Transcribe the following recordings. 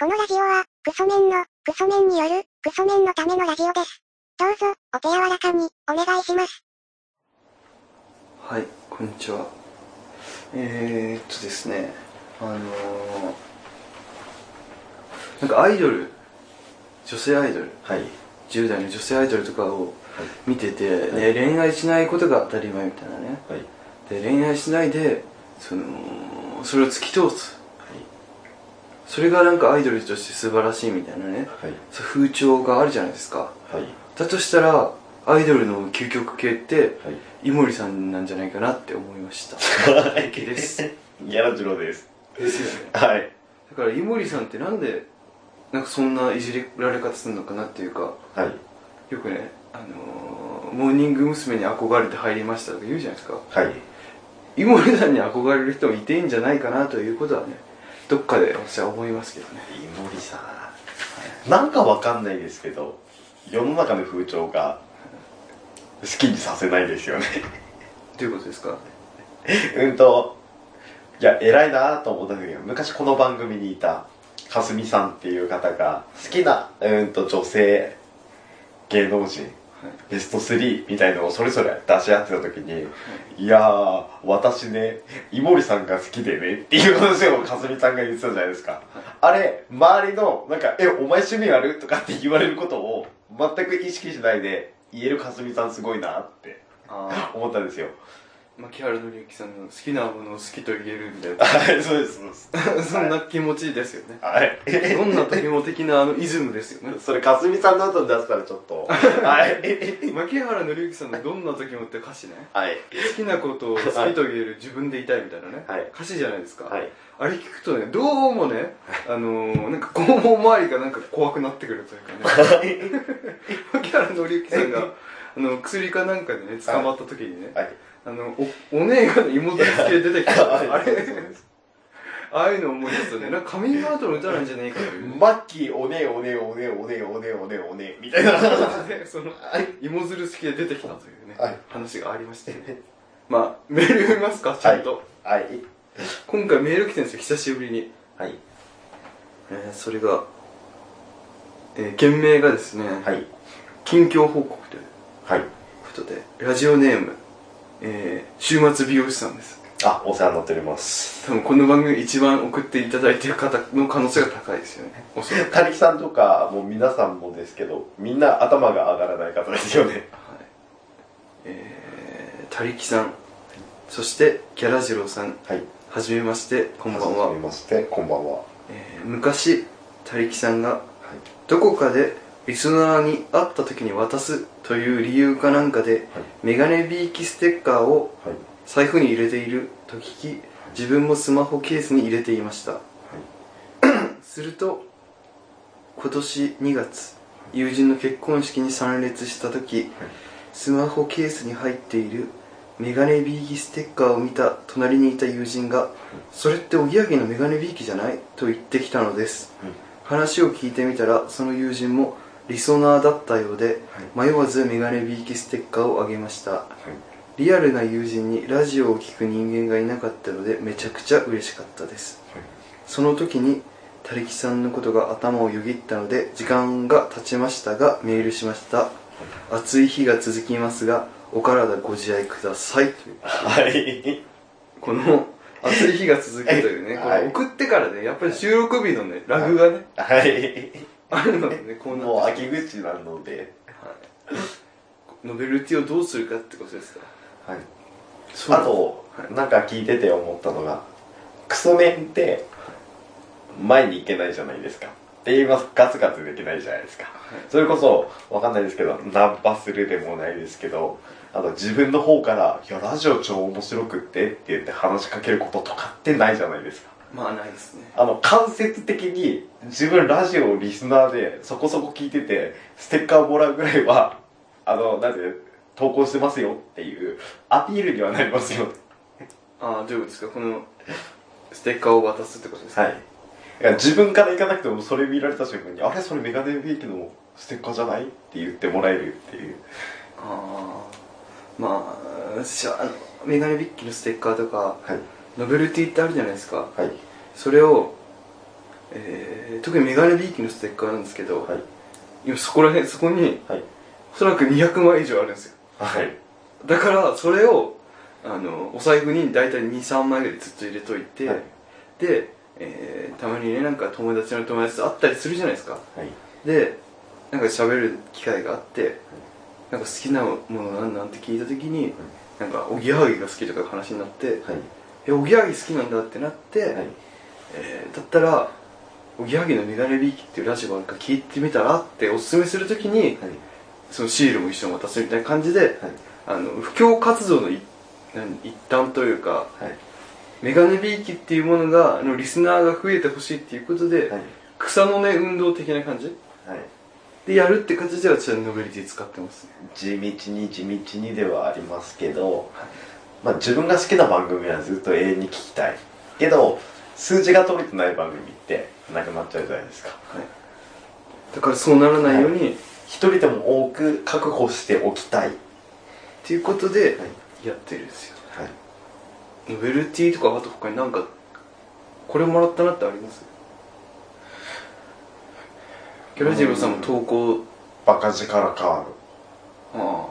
このラジオは、クソメンの、クソメンによる、クソメンのためのラジオです。どうぞ、お手柔らかに、お願いします。はい、こんにちは。えー、っとですね、あのー、なんかアイドル、女性アイドル、はい10代の女性アイドルとかをはい見てて、で恋愛しないことが当たり前みたいなね。はいはいで恋愛しないで、その、それを突き通す。それがなんかアイドルとして素晴らしいみたいなね、はいそう風潮があるじゃないですか。はいだとしたら、アイドルの究極系って、 はい井森さんなんじゃないかなって思いました。です。やらじろうですですよねはいだから井森さんってなんでなんかそんないじられ方するのかなっていうかはいよくね、あのーモーニング娘。に憧れて入りましたとか言うじゃないですかはい井森さんに憧れる人もいていいんじゃないかなということはねどっかで私は思いますけどね井森さんなんかわかんないですけど世の中の風潮が好きにさせないですよねどういうことですかうんといや偉いなと思ったんだけど昔この番組にいたかすみさんっていう方が好きなうんと女性芸能人ベスト3みたいのをそれぞれ出し合ってた時に、い、やー、私ね、井森さんが好きでねっていう話をかすみさんが言ってたじゃないですか。あれ、周りの、なんか、え、お前趣味あるとかって言われることを全く意識しないで言えるかすみさんすごいなってあ思ったんですよ。あ牧原紀之さんの好きなものを好きと言えるみたいはい、そうです、そうです。なそんな気持ちですよねはい。 どんな時も的なあのイズムですよねそれかすみさんの後に出すからちょっと。はい。牧原紀之さんの「どんな時も」って歌詞ねはい。好きなことを好きと言える自分でいたいみたいなね、はい歌詞じゃないですか、はい。あれ聞くとねどうもねあのー、なんか肛門周りがなんか怖くなってくるというかね牧原紀之さんがあの薬かなんかでね捕まった時にね、はい。あのおお姉がの妹に付け出てきたあそうれ ですそうですああいうの思い出すとねなんかカミングアウトの歌なんじゃないかという、マッキーおねえおねえおねえおねえおねえおねえおねえみたいな。で その芋づる式で出てきたというね、はい話がありましてねまあメール読みますかちゃんと、はい。今回メール来てるんですよ久しぶりにはい。えーそれが、えー、件名がですね、はい。近況報告というはい。ことで、ラジオネーム、えー、週末美容師さんです。あ、お世話になっております。多分この番組一番送っていただいてる方の可能性が高いですよね。おそらく。かりさんとか、もう皆さんもですけど、みんな頭が上がらない方ですよね。えー、たりきさん、そして、ギャラジローさん、はい。はじめまして、ここんばんはめ。まして、こんばんは。はえー昔、たりきさんが、どこかでリスナーに会った時に渡すという理由かなんかで、はいメガネビーキステッカーをい。はい。財布に入れていると聞き自分もスマホケースに入れていました すると今年2月友人の結婚式に参列した時スマホケースに入っているメガネビーキステッカーを見た隣にいた友人が「それっておぎやはぎのメガネビーキじゃない?」と言ってきたのです話を聞いてみたらその友人もリソナーだったようで迷わずメガネビーキステッカーをあげましたリアルな友人にラジオを聞く人間がいなかったのでめちゃくちゃ嬉しかったですその時にたりきさんのことが頭をよぎったので時間が経ちましたがメールしました暑い日が続きますがお体ご自愛くださいというはい。はい。この暑い日が続くというねこはいれ送ってからねやっぱり収録日のねラグがねはい。あるのでねこうなもうってし秋口なので。まうノベルティをどうするかってことですかはい。そうあと、なんか聞いてて思ったのが、クソメンって、前に行けないじゃないですか。って言います、ガツガツできないじゃないですか。それこそ、わかんないですけど、ナンパするでもないですけど、あの、自分の方から、いや、ラジオ超面白くってって言って話しかけることとかってないじゃないですか。まあないですねあの、間接的に、自分ラジオをリスナーで、そこそこ聞いてて、ステッカーをもらうぐらいは、あの、なんていうの、投稿してますよっていう、アピールにはなりますよ。ああどういうことですかこのステッカーを渡すってことですかはい。いや自分から行かなくてもそれ見られた瞬間に、あれそれメガネビーキのステッカーじゃないって言ってもらえるっていう。ああまあ私はあのメガネビッキのステッカーとかはい。ノベルティってあるじゃないですかはい。それをえー特にメガネビーキのステッカーなんですけど、はい今そこら辺そこにはいおそらく200枚以上あるんですよはいだからそれをあのお財布に大体23枚ぐらいずっと入れといて、はいで、えーたまにねなんか友達の友達と会ったりするじゃないですかはいでなんか喋る機会があって、なんか好きなものなんなんて聞いた時に、なんかおぎやはぎが好きとかいう話になって、はいえおぎやはぎ好きなんだってなって、はいえーだったらおぎやはぎのメガネビーキっていうラジオなんか聞いてみたらっておすすめするときに、はいそのシールも一緒に渡すみたいな感じで、はいあの布教活動のいなん一端というかはいメガネビーキっていうものがあのリスナーが増えてほしいっていうことで、はい草の根運動的な感じはいでやるって形では私はノベリティ使ってますね地道に地道にではありますけど、まあ、自分が好きな番組はずっと永遠に聞きたいけど数字が取れてない番組ってなくなっちゃうじゃないですかだからそうならないように、っ一人でも多く確保しておきたいていうことではいやってるんですよはいノベルティとかあと他になんかこれもらったなってありますキャラジロさんも投稿バカ力カードあ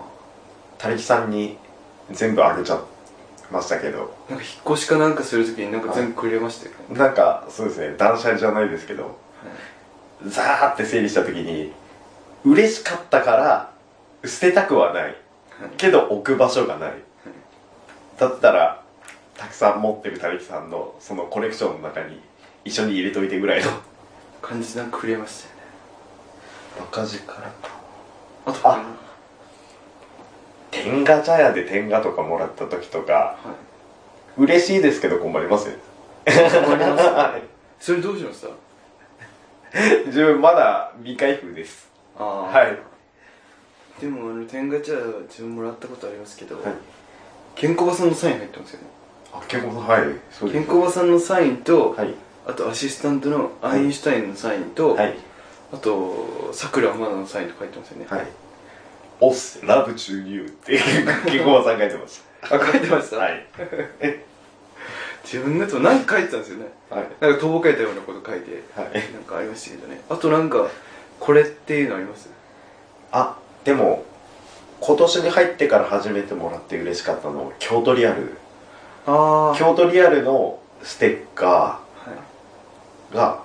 他力さんに全部あげちゃいましたけどあなんか引っ越しかなんかするときになんか全部くれましたよね、なんかそうですね断捨離じゃないですけどザーって整理した時に嬉しかったから捨てたくはないけど置く場所がないだったらたくさん持ってるた力さんのそのコレクションの中に一緒に入れといてぐらいの感じでなんかくれましたよね赤字からあと他にあ天下茶屋で天下とかもらった時とかはい嬉しいですけど困りますよね困りますはそれどうしましたい自分まだ未開封ですああはいでもあの天ガチャ自分もらったことありますけど、はいケンコバさんのサイン入ってますよねあ健康はいそケンコバさんのサインと、はいあとアシスタントのアインシュタインのサインと、はいあとさくらまなのサインとか入ってますよね、はいオスラブ中入って健康さん書いてましあ書いてましたた、はい自分のやつもなんか書いてたんですよねはいなんかとぼけたようなこと書いてはいなんかありましたけどねあとなんかこれっていうのありますあでも今年に入ってから始めてもらって嬉しかったのは京都リアルあ京都リアルのステッカはいーが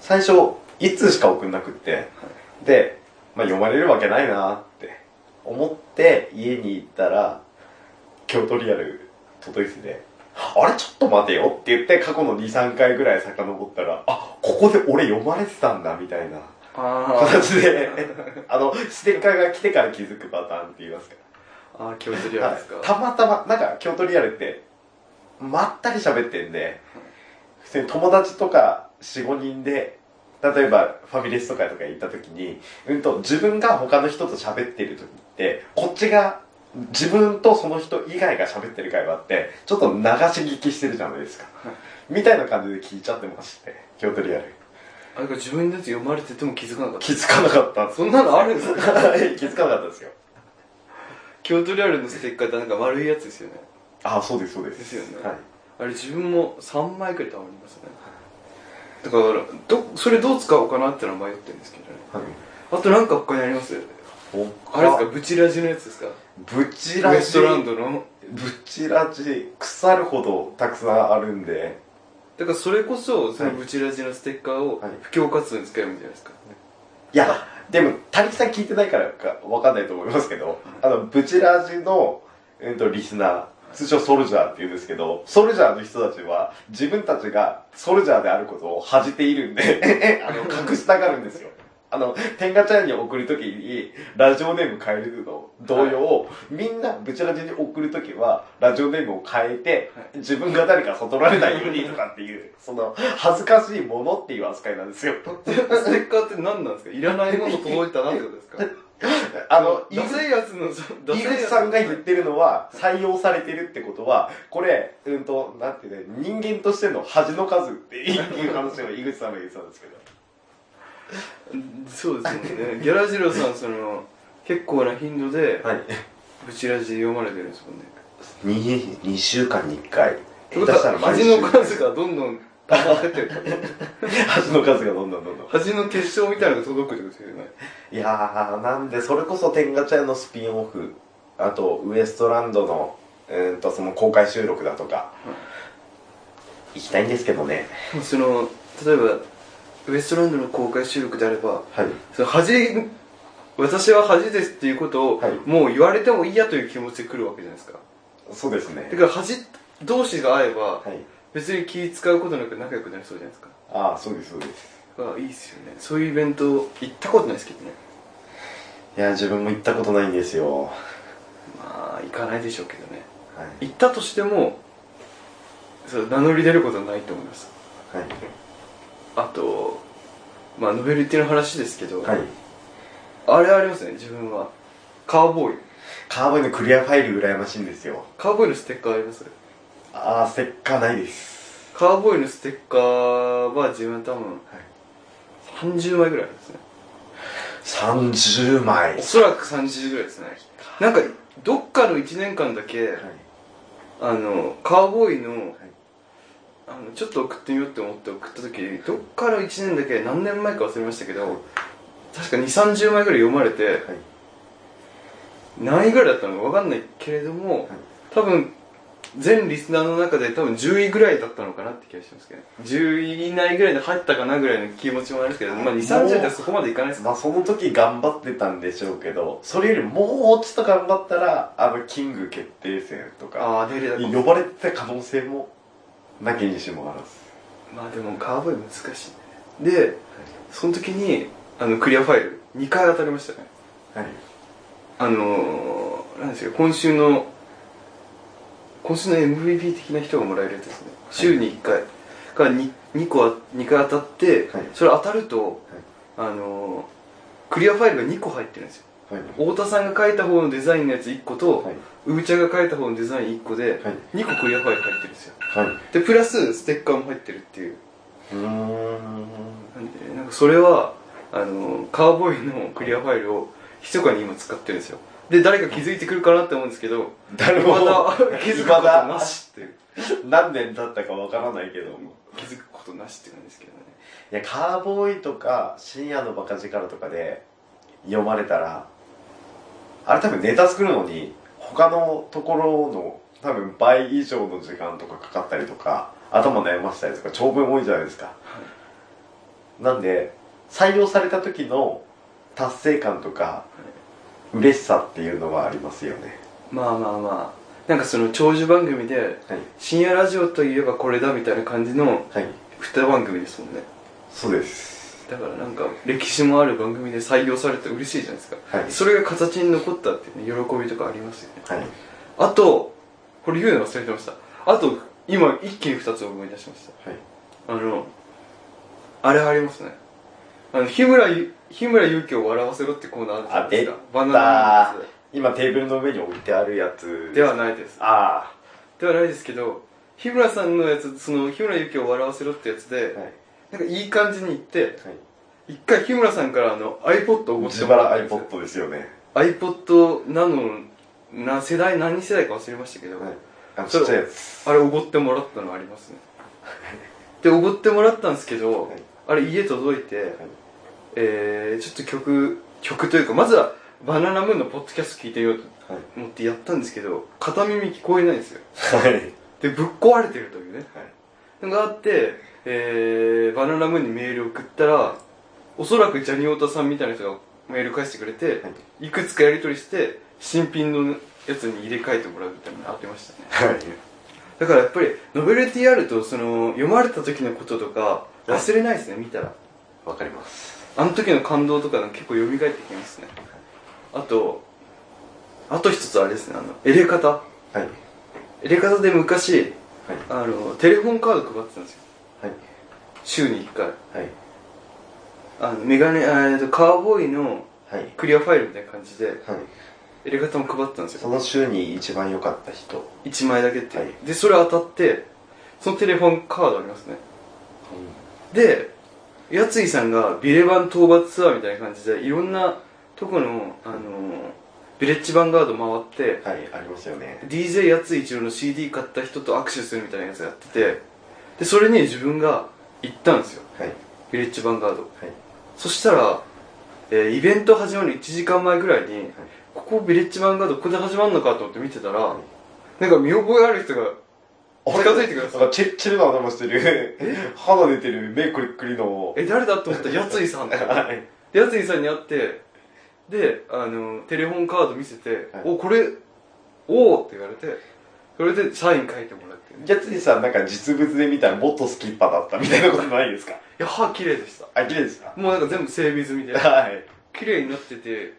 最初1通しか送んなくって、で、まあ、読まれるわけないなって思って家に行ったら京都リアル届いてて「あれちょっと待てよ」って言って過去の23回ぐらい遡ったら「あここで俺読まれてたんだ」みたいなあー形であのステッカーが来てから気づくパターンって言いますかあー京都リアルですか、はいたまたまなんか京都リアルってまったり喋ってんで普通に友達とか45人で例えばファミレスとかとか行った時に、うん、と自分が他の人と喋ってる時ってこっちが自分とその人以外が喋ってる会話ってちょっと流し聞きしてるじゃないですかみたいな感じで聞いちゃってまして京都リアルあれか自分のやつ読まれてても気づかなかっ気づかなかったんたですそんなのあるんですか 気づかなかったですよ京都リアルのステッカーってなんか丸いやつですよねああそうですそうですですよねはいあれ自分も3枚くらいたまりますねだからどそれどう使おうかなってのは迷ってるんですけどねはい、あとなんか他にありますあ他れですかブチラジのやつですかブチウラエスジトランドのブチラジ腐るほどたくさんあるんでだからそれこそそのはいブチラジのステッカーをはい布教活動に使えばいいんじゃないですか、いやでもた力さん聞いてないからかわかんないと思いますけどあのブチラジの、えっとリスナー通称ソルジャーっていうんですけどソルジャーの人たちは自分たちがソルジャーであることを恥じているんであの隠したがるんですよあの天下茶屋に送るときにラジオネーム変えるの同様、みんなブチラジに送るときはラジオネームを変えて、は自分が誰か悟られないようにとかっていうその恥ずかしいものっていう扱いなんですよステッカーって何なんですかいらないもの届いたなってことですか あのダサいやつのそダ井サい口やつさんが言ってるのは採用されてるってことはこれうんとなんてね人間としての恥の数っていう話を井口さんが言ってたんですけどそうですよねギャラジロさんその結構な頻度ではいブチラジ読まれてるんですもんね 2, 週間に1回ってことは味の数がどんどん頑張ってる。箸の数がどんどんどんどん端の結晶みたいなのが届くってことですよね。いやーなんでそれこそ天下茶屋のスピンオフあとウエストランドの,、えー、とその公開収録だとか、行きたいんですけどねでもその、例えば、ウエストランドの公開収録であれば、はいその恥、私は恥ですっていうことを、はいもう言われてもいいやという気持ちで来るわけじゃないですか。そうですねだから恥同士が合えば、はい別に気使うことなく仲良くなりそうじゃないですか。ああそうですそうですあいいっすよね。そういうイベント行ったことないですけどね。いやー自分も行ったことないんですよはまあ、行かないでしょうけどね。い、行ったとしても、そう名乗り出ることはないと思います。はいあと、まあ、ノベルティの話ですけど、はい、あれありますね、自分は。カーボーイ。カーボーイのクリアファイル羨ましいんですよカーボーイのステッカーありますああステッカーないですカーボーイのステッカーは自分多分、30枚ぐらいありますね。 30枚おそらく30ぐらいですね。なんか、どっかの1年間だけ、はいあの、カーボーイの、いあの、ちょっと送ってみようって思って送った時、どっかの1年だけ、何年前か忘れましたけど、確か2、30枚ぐらい読まれて、はい何位ぐらいだったのか分かんないけれども、多分全リスナーの中で多分10位ぐらいだったのかなって気がしますけど、ね、10位以内ぐらいで入ったかなぐらいの気持ちもあるんですけど、まあ、2 3 0ってそこまでいかないですまあその時頑張ってたんでしょうけどそれよりもうちょっと頑張ったらあのキング決定戦とかああ出れたかも呼ばれてた可能性もなきにしもあらずまあでもカーボーイ難しいねでその時にあのクリアファイル2回当たりましたねはいあのー、なんですよ今週の今週の MVP 的な人がもらえるやつですね、週に1回が 2, 2個あ2回当たって、はいそれ当たると、あのー、クリアファイルが2個入ってるんですよはい太田さんが書いた方のデザインのやつ1個と、はいうーちゃんが書いた方のデザイン1個で、はい2個クリアファイル入ってるんですよはいでプラスステッカーも入ってるっていううーんなんでなんかそれはあのカーボーイのクリアファイルを密かに今使ってるんですよで誰か気づいてくるかなって思うんですけど誰もまだ気づくことなしっていう何年経ったかわからないけども気づくことなしって感じですけどねいやカーボーイとか深夜のバカ力とかで読まれたらあれ多分ネタ作るのに他のところの多分倍以上の時間とかかかったりとか頭悩ましたりとか長文多いじゃないですかなんで採用された時の達成感とか嬉しさっていうのはありますよねまあまあまあなんかその長寿番組ではい深夜ラジオといえばこれだみたいな感じのはい二番組ですもんねそうですだからなんか歴史もある番組で採用されて嬉しいじゃないですか、はいそれが形に残ったっていうね喜びとかありますよねはいあと、これ言うの忘れてました。あと、今、一気に二つ思い出しましはいた。あの、あれありますね。あの、日村ゆ、日村勇紀を笑わせろってコーナーあるじゃないですかあ。バナナのや今テーブルの上に置いてあるやつつ。ではないです。あではないですけど、日村さんのやつ、その、日村勇紀を笑わせろってやつで、あはいなんかいい感じに言って、はい一回日村さんからあの、iPod を持って自もらっ腹たんですよ。 iPod ですよね iPod なの、な、世代、何世代か忘れましたけど、はいあのそちれっちゃいやつあれおごってもらったのありますね でおごってもらったんですけど、はいあれ家届いて、えー、ちょっと曲曲というかまずはバナナムーンのポッドキャスト聞いてみようとはい思ってやったんですけど片耳聞こえないんですよはいはいでぶっ壊れてるというねのがあって、えー、バナナムーンにメール送ったらおそらくジャニオタさんみたいな人がメール返してくれて、はいい、くつかやり取りして新品のやつに入れ替えてもらうみたいなのあってましたねはいだからやっぱりノベルティあるとその読まれた時のこととかい忘れないですね見たらわかりますあの時の感動とかが結構蘇ってきますねあとあと一つあれですねあのエレカタはいはいエレカタで昔あのテレフォンカード配ってたんですよはい週に1回はいあのメガネあえっとカーボーイのはいクリアファイルみたいな感じではいエレカタも配ってたんですよその週に一番良かった人うん1枚だけって、はいでそれ当たってそのテレフォンカードありますねで、やついさんがビレバン討伐ツアーみたいな感じで、いろんなとこの、あのービレッジヴァンガード回って、はいありますよね DJ やつい一郎の CD 買った人と握手するみたいなやつやってて、でそれに自分が行ったんですよはいヴィレッジヴァンガードはいそしたら、えーイベント始まる1時間前ぐらいに、ここヴィレッジヴァンガードここで始まるのかと思って見てたら、はいなんか見覚えある人が近づいてくださいなんかチェチェルな頭してる 肌出てる目クリックリのえ誰だと思ったらやついさんだ はいやついさんに会ってであのテレホンカード見せて「はいおこれおお!」って言われてそれでサイン書いてもらって「いやつにさんなんか実物で見たらもっとスキッパだったみたいなことないですかや歯綺麗でしたあ綺麗ですかもうなんか全部整備済みではい綺麗になってて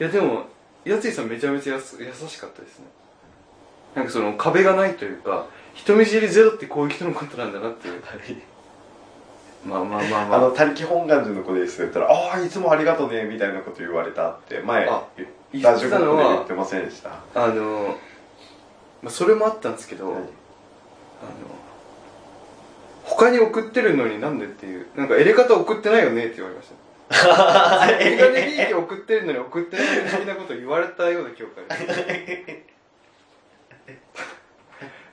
いやでもやついさんめちゃめちゃやす優しかったですねなんかその壁がないというか人見知りゼロってこういう人のことなんだなっていうまあまあまあまああの「他力本願寺の子です」って言ったら「ああいつもありがとね」みたいなこと言われたって前あラジ言ってオたの局はで言ってませんでしたはあの、まあ、それもあったんですけど、いあの他に送ってるのになんでっていうなんか入れ方送ってないよねって言われましたメガネ利益送ってるのに送ってない的なこと言われたような記憶あります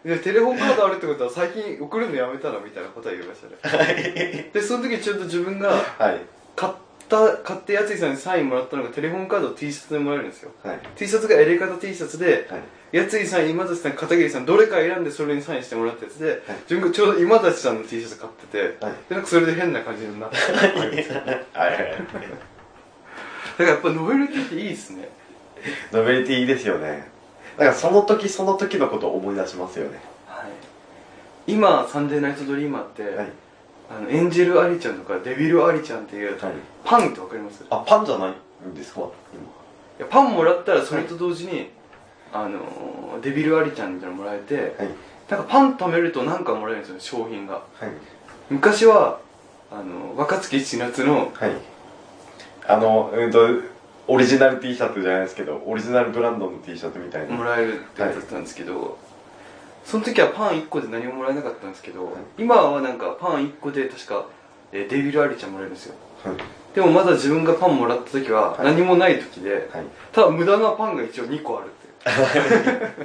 でテレホンカードあるってことは最近送るのやめたのみたいなことは言いましたねでその時ちょっと自分がはい買った買ってやついさんにサインもらったのがテレホンカードを T シャツでもらえるんですよはい T シャツがエレカタ T シャツで、はいやついさん、今立さん、片桐さん、どれか選んでそれにサインしてもらったやつで、自分がちょうど今立さんの T シャツ買ってて、はいで、なんかそれで変な感じになってはたん いですよ。だはいからやっぱノベルティっていいですね。ノベルティいいですよねなんかその時その時のことを思い出しますよねはい。今、サンデーナイトドリーマーって、はいあの、エンジェルアリちゃんとか、デビルアリちゃんっていう、はいパンってわかりますいあパンじゃないんですかやパンもらったらそれと同時に、あのー、デビルアリちゃんみたいなのもらえて、今はいなんかパン貯めるとなんかもらえるんですよね、商品が。はい昔は、あの、若月千夏の、はいあのうんとオリジナル T シャツじゃないですけどオリジナルブランドの T シャツみたいなもらえるってやつだったんですけど、その時はパン1個で何ももらえなかったんですけど、はい今はなんかパン1個で確か、えーデビルアリちゃんもらえるんですよはいでもまだ自分がパンもらった時ははい何もない時で、はいただ無駄なパンが一応2個あるっていう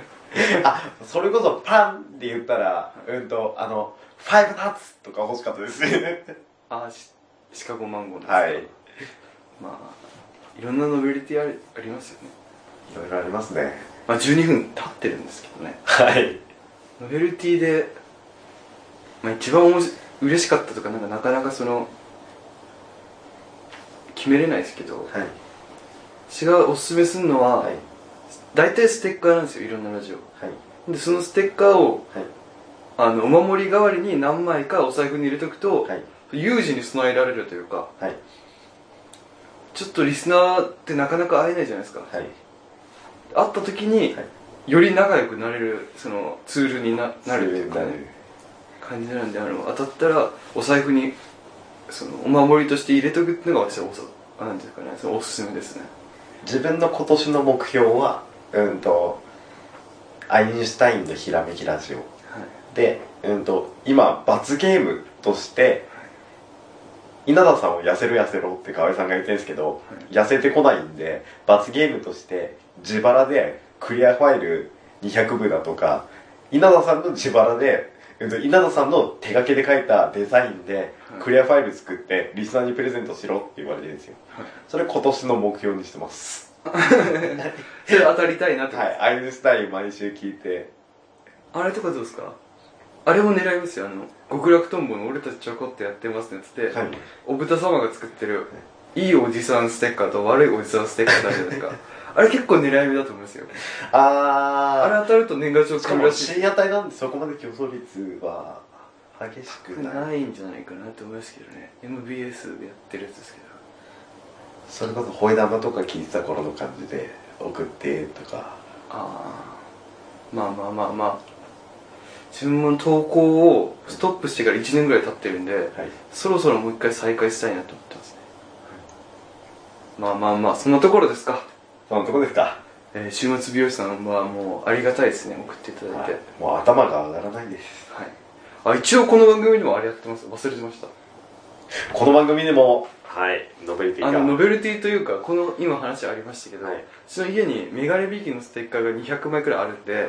あそれこそパンって言ったらうんとあのファイブナッツとか欲しかったですねああしシカゴマンゴーのはいいまあいろんなノベリティありありますよねいろいろありますねまあ12分経ってるんですけどねはいノベルティで、まあ、一番おもし嬉しかったとかなんかなかなかその決めれないですけど、はい私がおすすめするのは、はい大体ステッカーなんですよいろんなラジオはいでそのステッカーをはいあのお守り代わりに何枚かお財布に入れとくと、はい有事に備えられるというかはいちょっとリスナーってなかなか会えないじゃないですか、はい会った時に、はいより仲良くなれるそのツールにななるというか、なるね、感じなんであの当たったらお財布にそのお守りとして入れとくっていうのが私はおそあなんていうかねそのおすすめですね自分の今年の目標はうんとアインシュタインのひらめきラジオはいで、うん、と今罰ゲームとして稲田さんを痩せろ痩せろって河合さんが言ってるんですけど、痩せてこないんで罰ゲームとして自腹でクリアファイル200部だとか稲田さんの自腹で、うん、と稲田さんの手書きで書いたデザインではいクリアファイル作ってリスナーにプレゼントしろって言われてるんですよ、それ今年の目標にしてますそれ当たりたいなって、はいアインシュタイン毎週聞いてあれとかどうですかあれも狙いますよあの極楽とんぼの俺たちちょこっとやってますねっつって、はいお豚様が作ってるいいおじさんステッカーと悪いおじさんステッカーってあるじゃないです かあれ結構狙い目だと思いますよあーあれ当たると年賀状しか来るもらしい深夜帯なんでそこまで競争率は激しくないないんじゃないかなと思いますけどね MBS でやってるやつですけどそれこそ吠え玉とか聞いてた頃の感じで送ってとかああまあまあまあまあ自分も投稿をストップしてから1年ぐらい経ってるんではいそろそろもう一回再開したいなと思ってますねまあまあまあそんなところですか、そのとこですかえー週末美容師さんはもうありがたいですね送っていただいはて、いもう頭が上がらないですはい、あ一応この番組にもあれやってます忘れてましたこの番組でもはいノベルティあがのノベルティというかこの今話ありましたけど、はいその家にメガネビーキのステッカーが200枚くらいあるんで、はい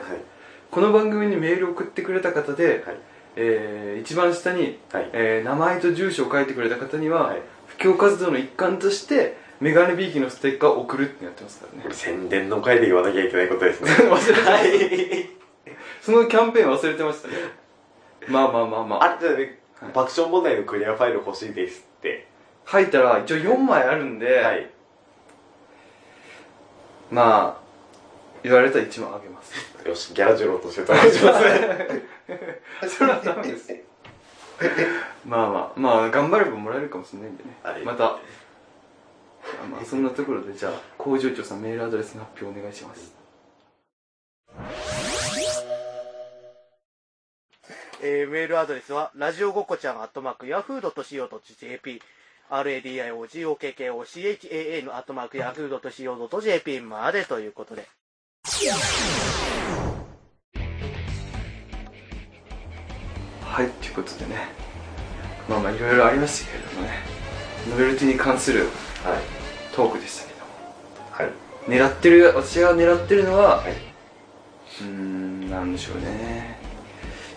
この番組にメールを送ってくれた方で、はいえー一番下に、はいえー名前と住所を書いてくれた方には、はい布教活動の一環としてメガネビーキのステッカーを送るってなってますからね宣伝の回で言わなきゃいけないこと ですね忘れてまはしいたそのキャンペーン忘れてましたね まあまあまあまああれだね爆笑問題のクリアファイル欲しいですって書いたら一応4枚あるんで、はいまあ言われたら1枚あげますよしギャラジローとしてお願いします それはダメです まあまあまあ頑張ればもらえるかもしれないんでねはいまたあまあそんなところでじゃあ工場長さんメールアドレスの発表お願いしますえーメールアドレスは、ラジオごこちゃん、アットマーク、ヤフードと .co.jp、radiogokochaa のアットマーク、ヤフードと .co.jp までということで。はいということでねまあまあいろいろありましたけれどもねノベルティに関するはいトークでしたけどもはい狙ってる私が狙ってるのは、はいうーんなんでしょうね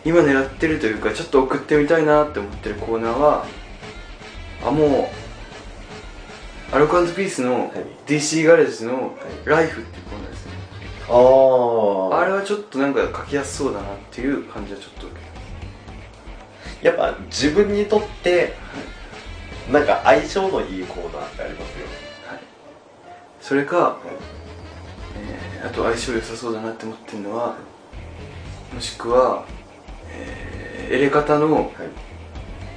今狙ってるというかちょっと送ってみたいなって思ってるコーナーはあもうアルコピースのい DC ガレージの「いライフっていうコーナーですね、あーあれはちょっとなんか書きやすそうだなっていう感じはちょっと受けやっぱ自分にとってなんか相性のいいコーナーってありますよはい、それか、えーあと相性良さそうだなって思ってるのはもしくは、えーエレカタの、はい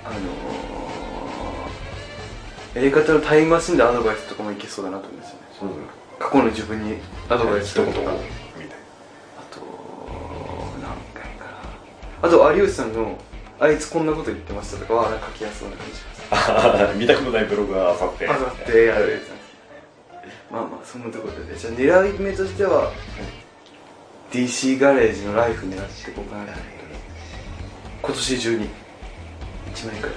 あのーエレカタのタイムマシンでアドバイスとかもいけそうだなと思うんですよねうん過去の自分にアドバイス一と言みか、たいなあと何回かなあと有吉さんの「あいつこんなこと言ってました」とかはなんか書きやすそうな感じしますあー 見たことないブログがあさってあさってやるやつなんですけどねまあまあそんなところでじゃあ狙い目としては DC ガレージのライフ狙っていこうかなと今年中に1万円くらい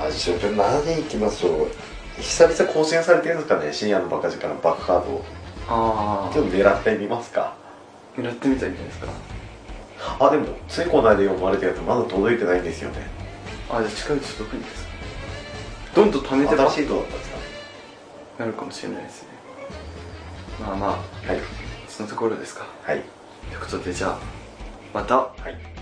あーちょっと何行きましょう久々更新されてるんですかね深夜のバカ時間のバックカードあちょっと狙ってみますか狙ってみたらいいんじゃないですかあでもついこの間読まれたやつまだ届いてないんですよねあじゃあ近いうち届くんですかどんどん貯めて新ばしいとだったんですかねなるかもしれないですねまあまあはいそのところですかはいということでじゃあまたはい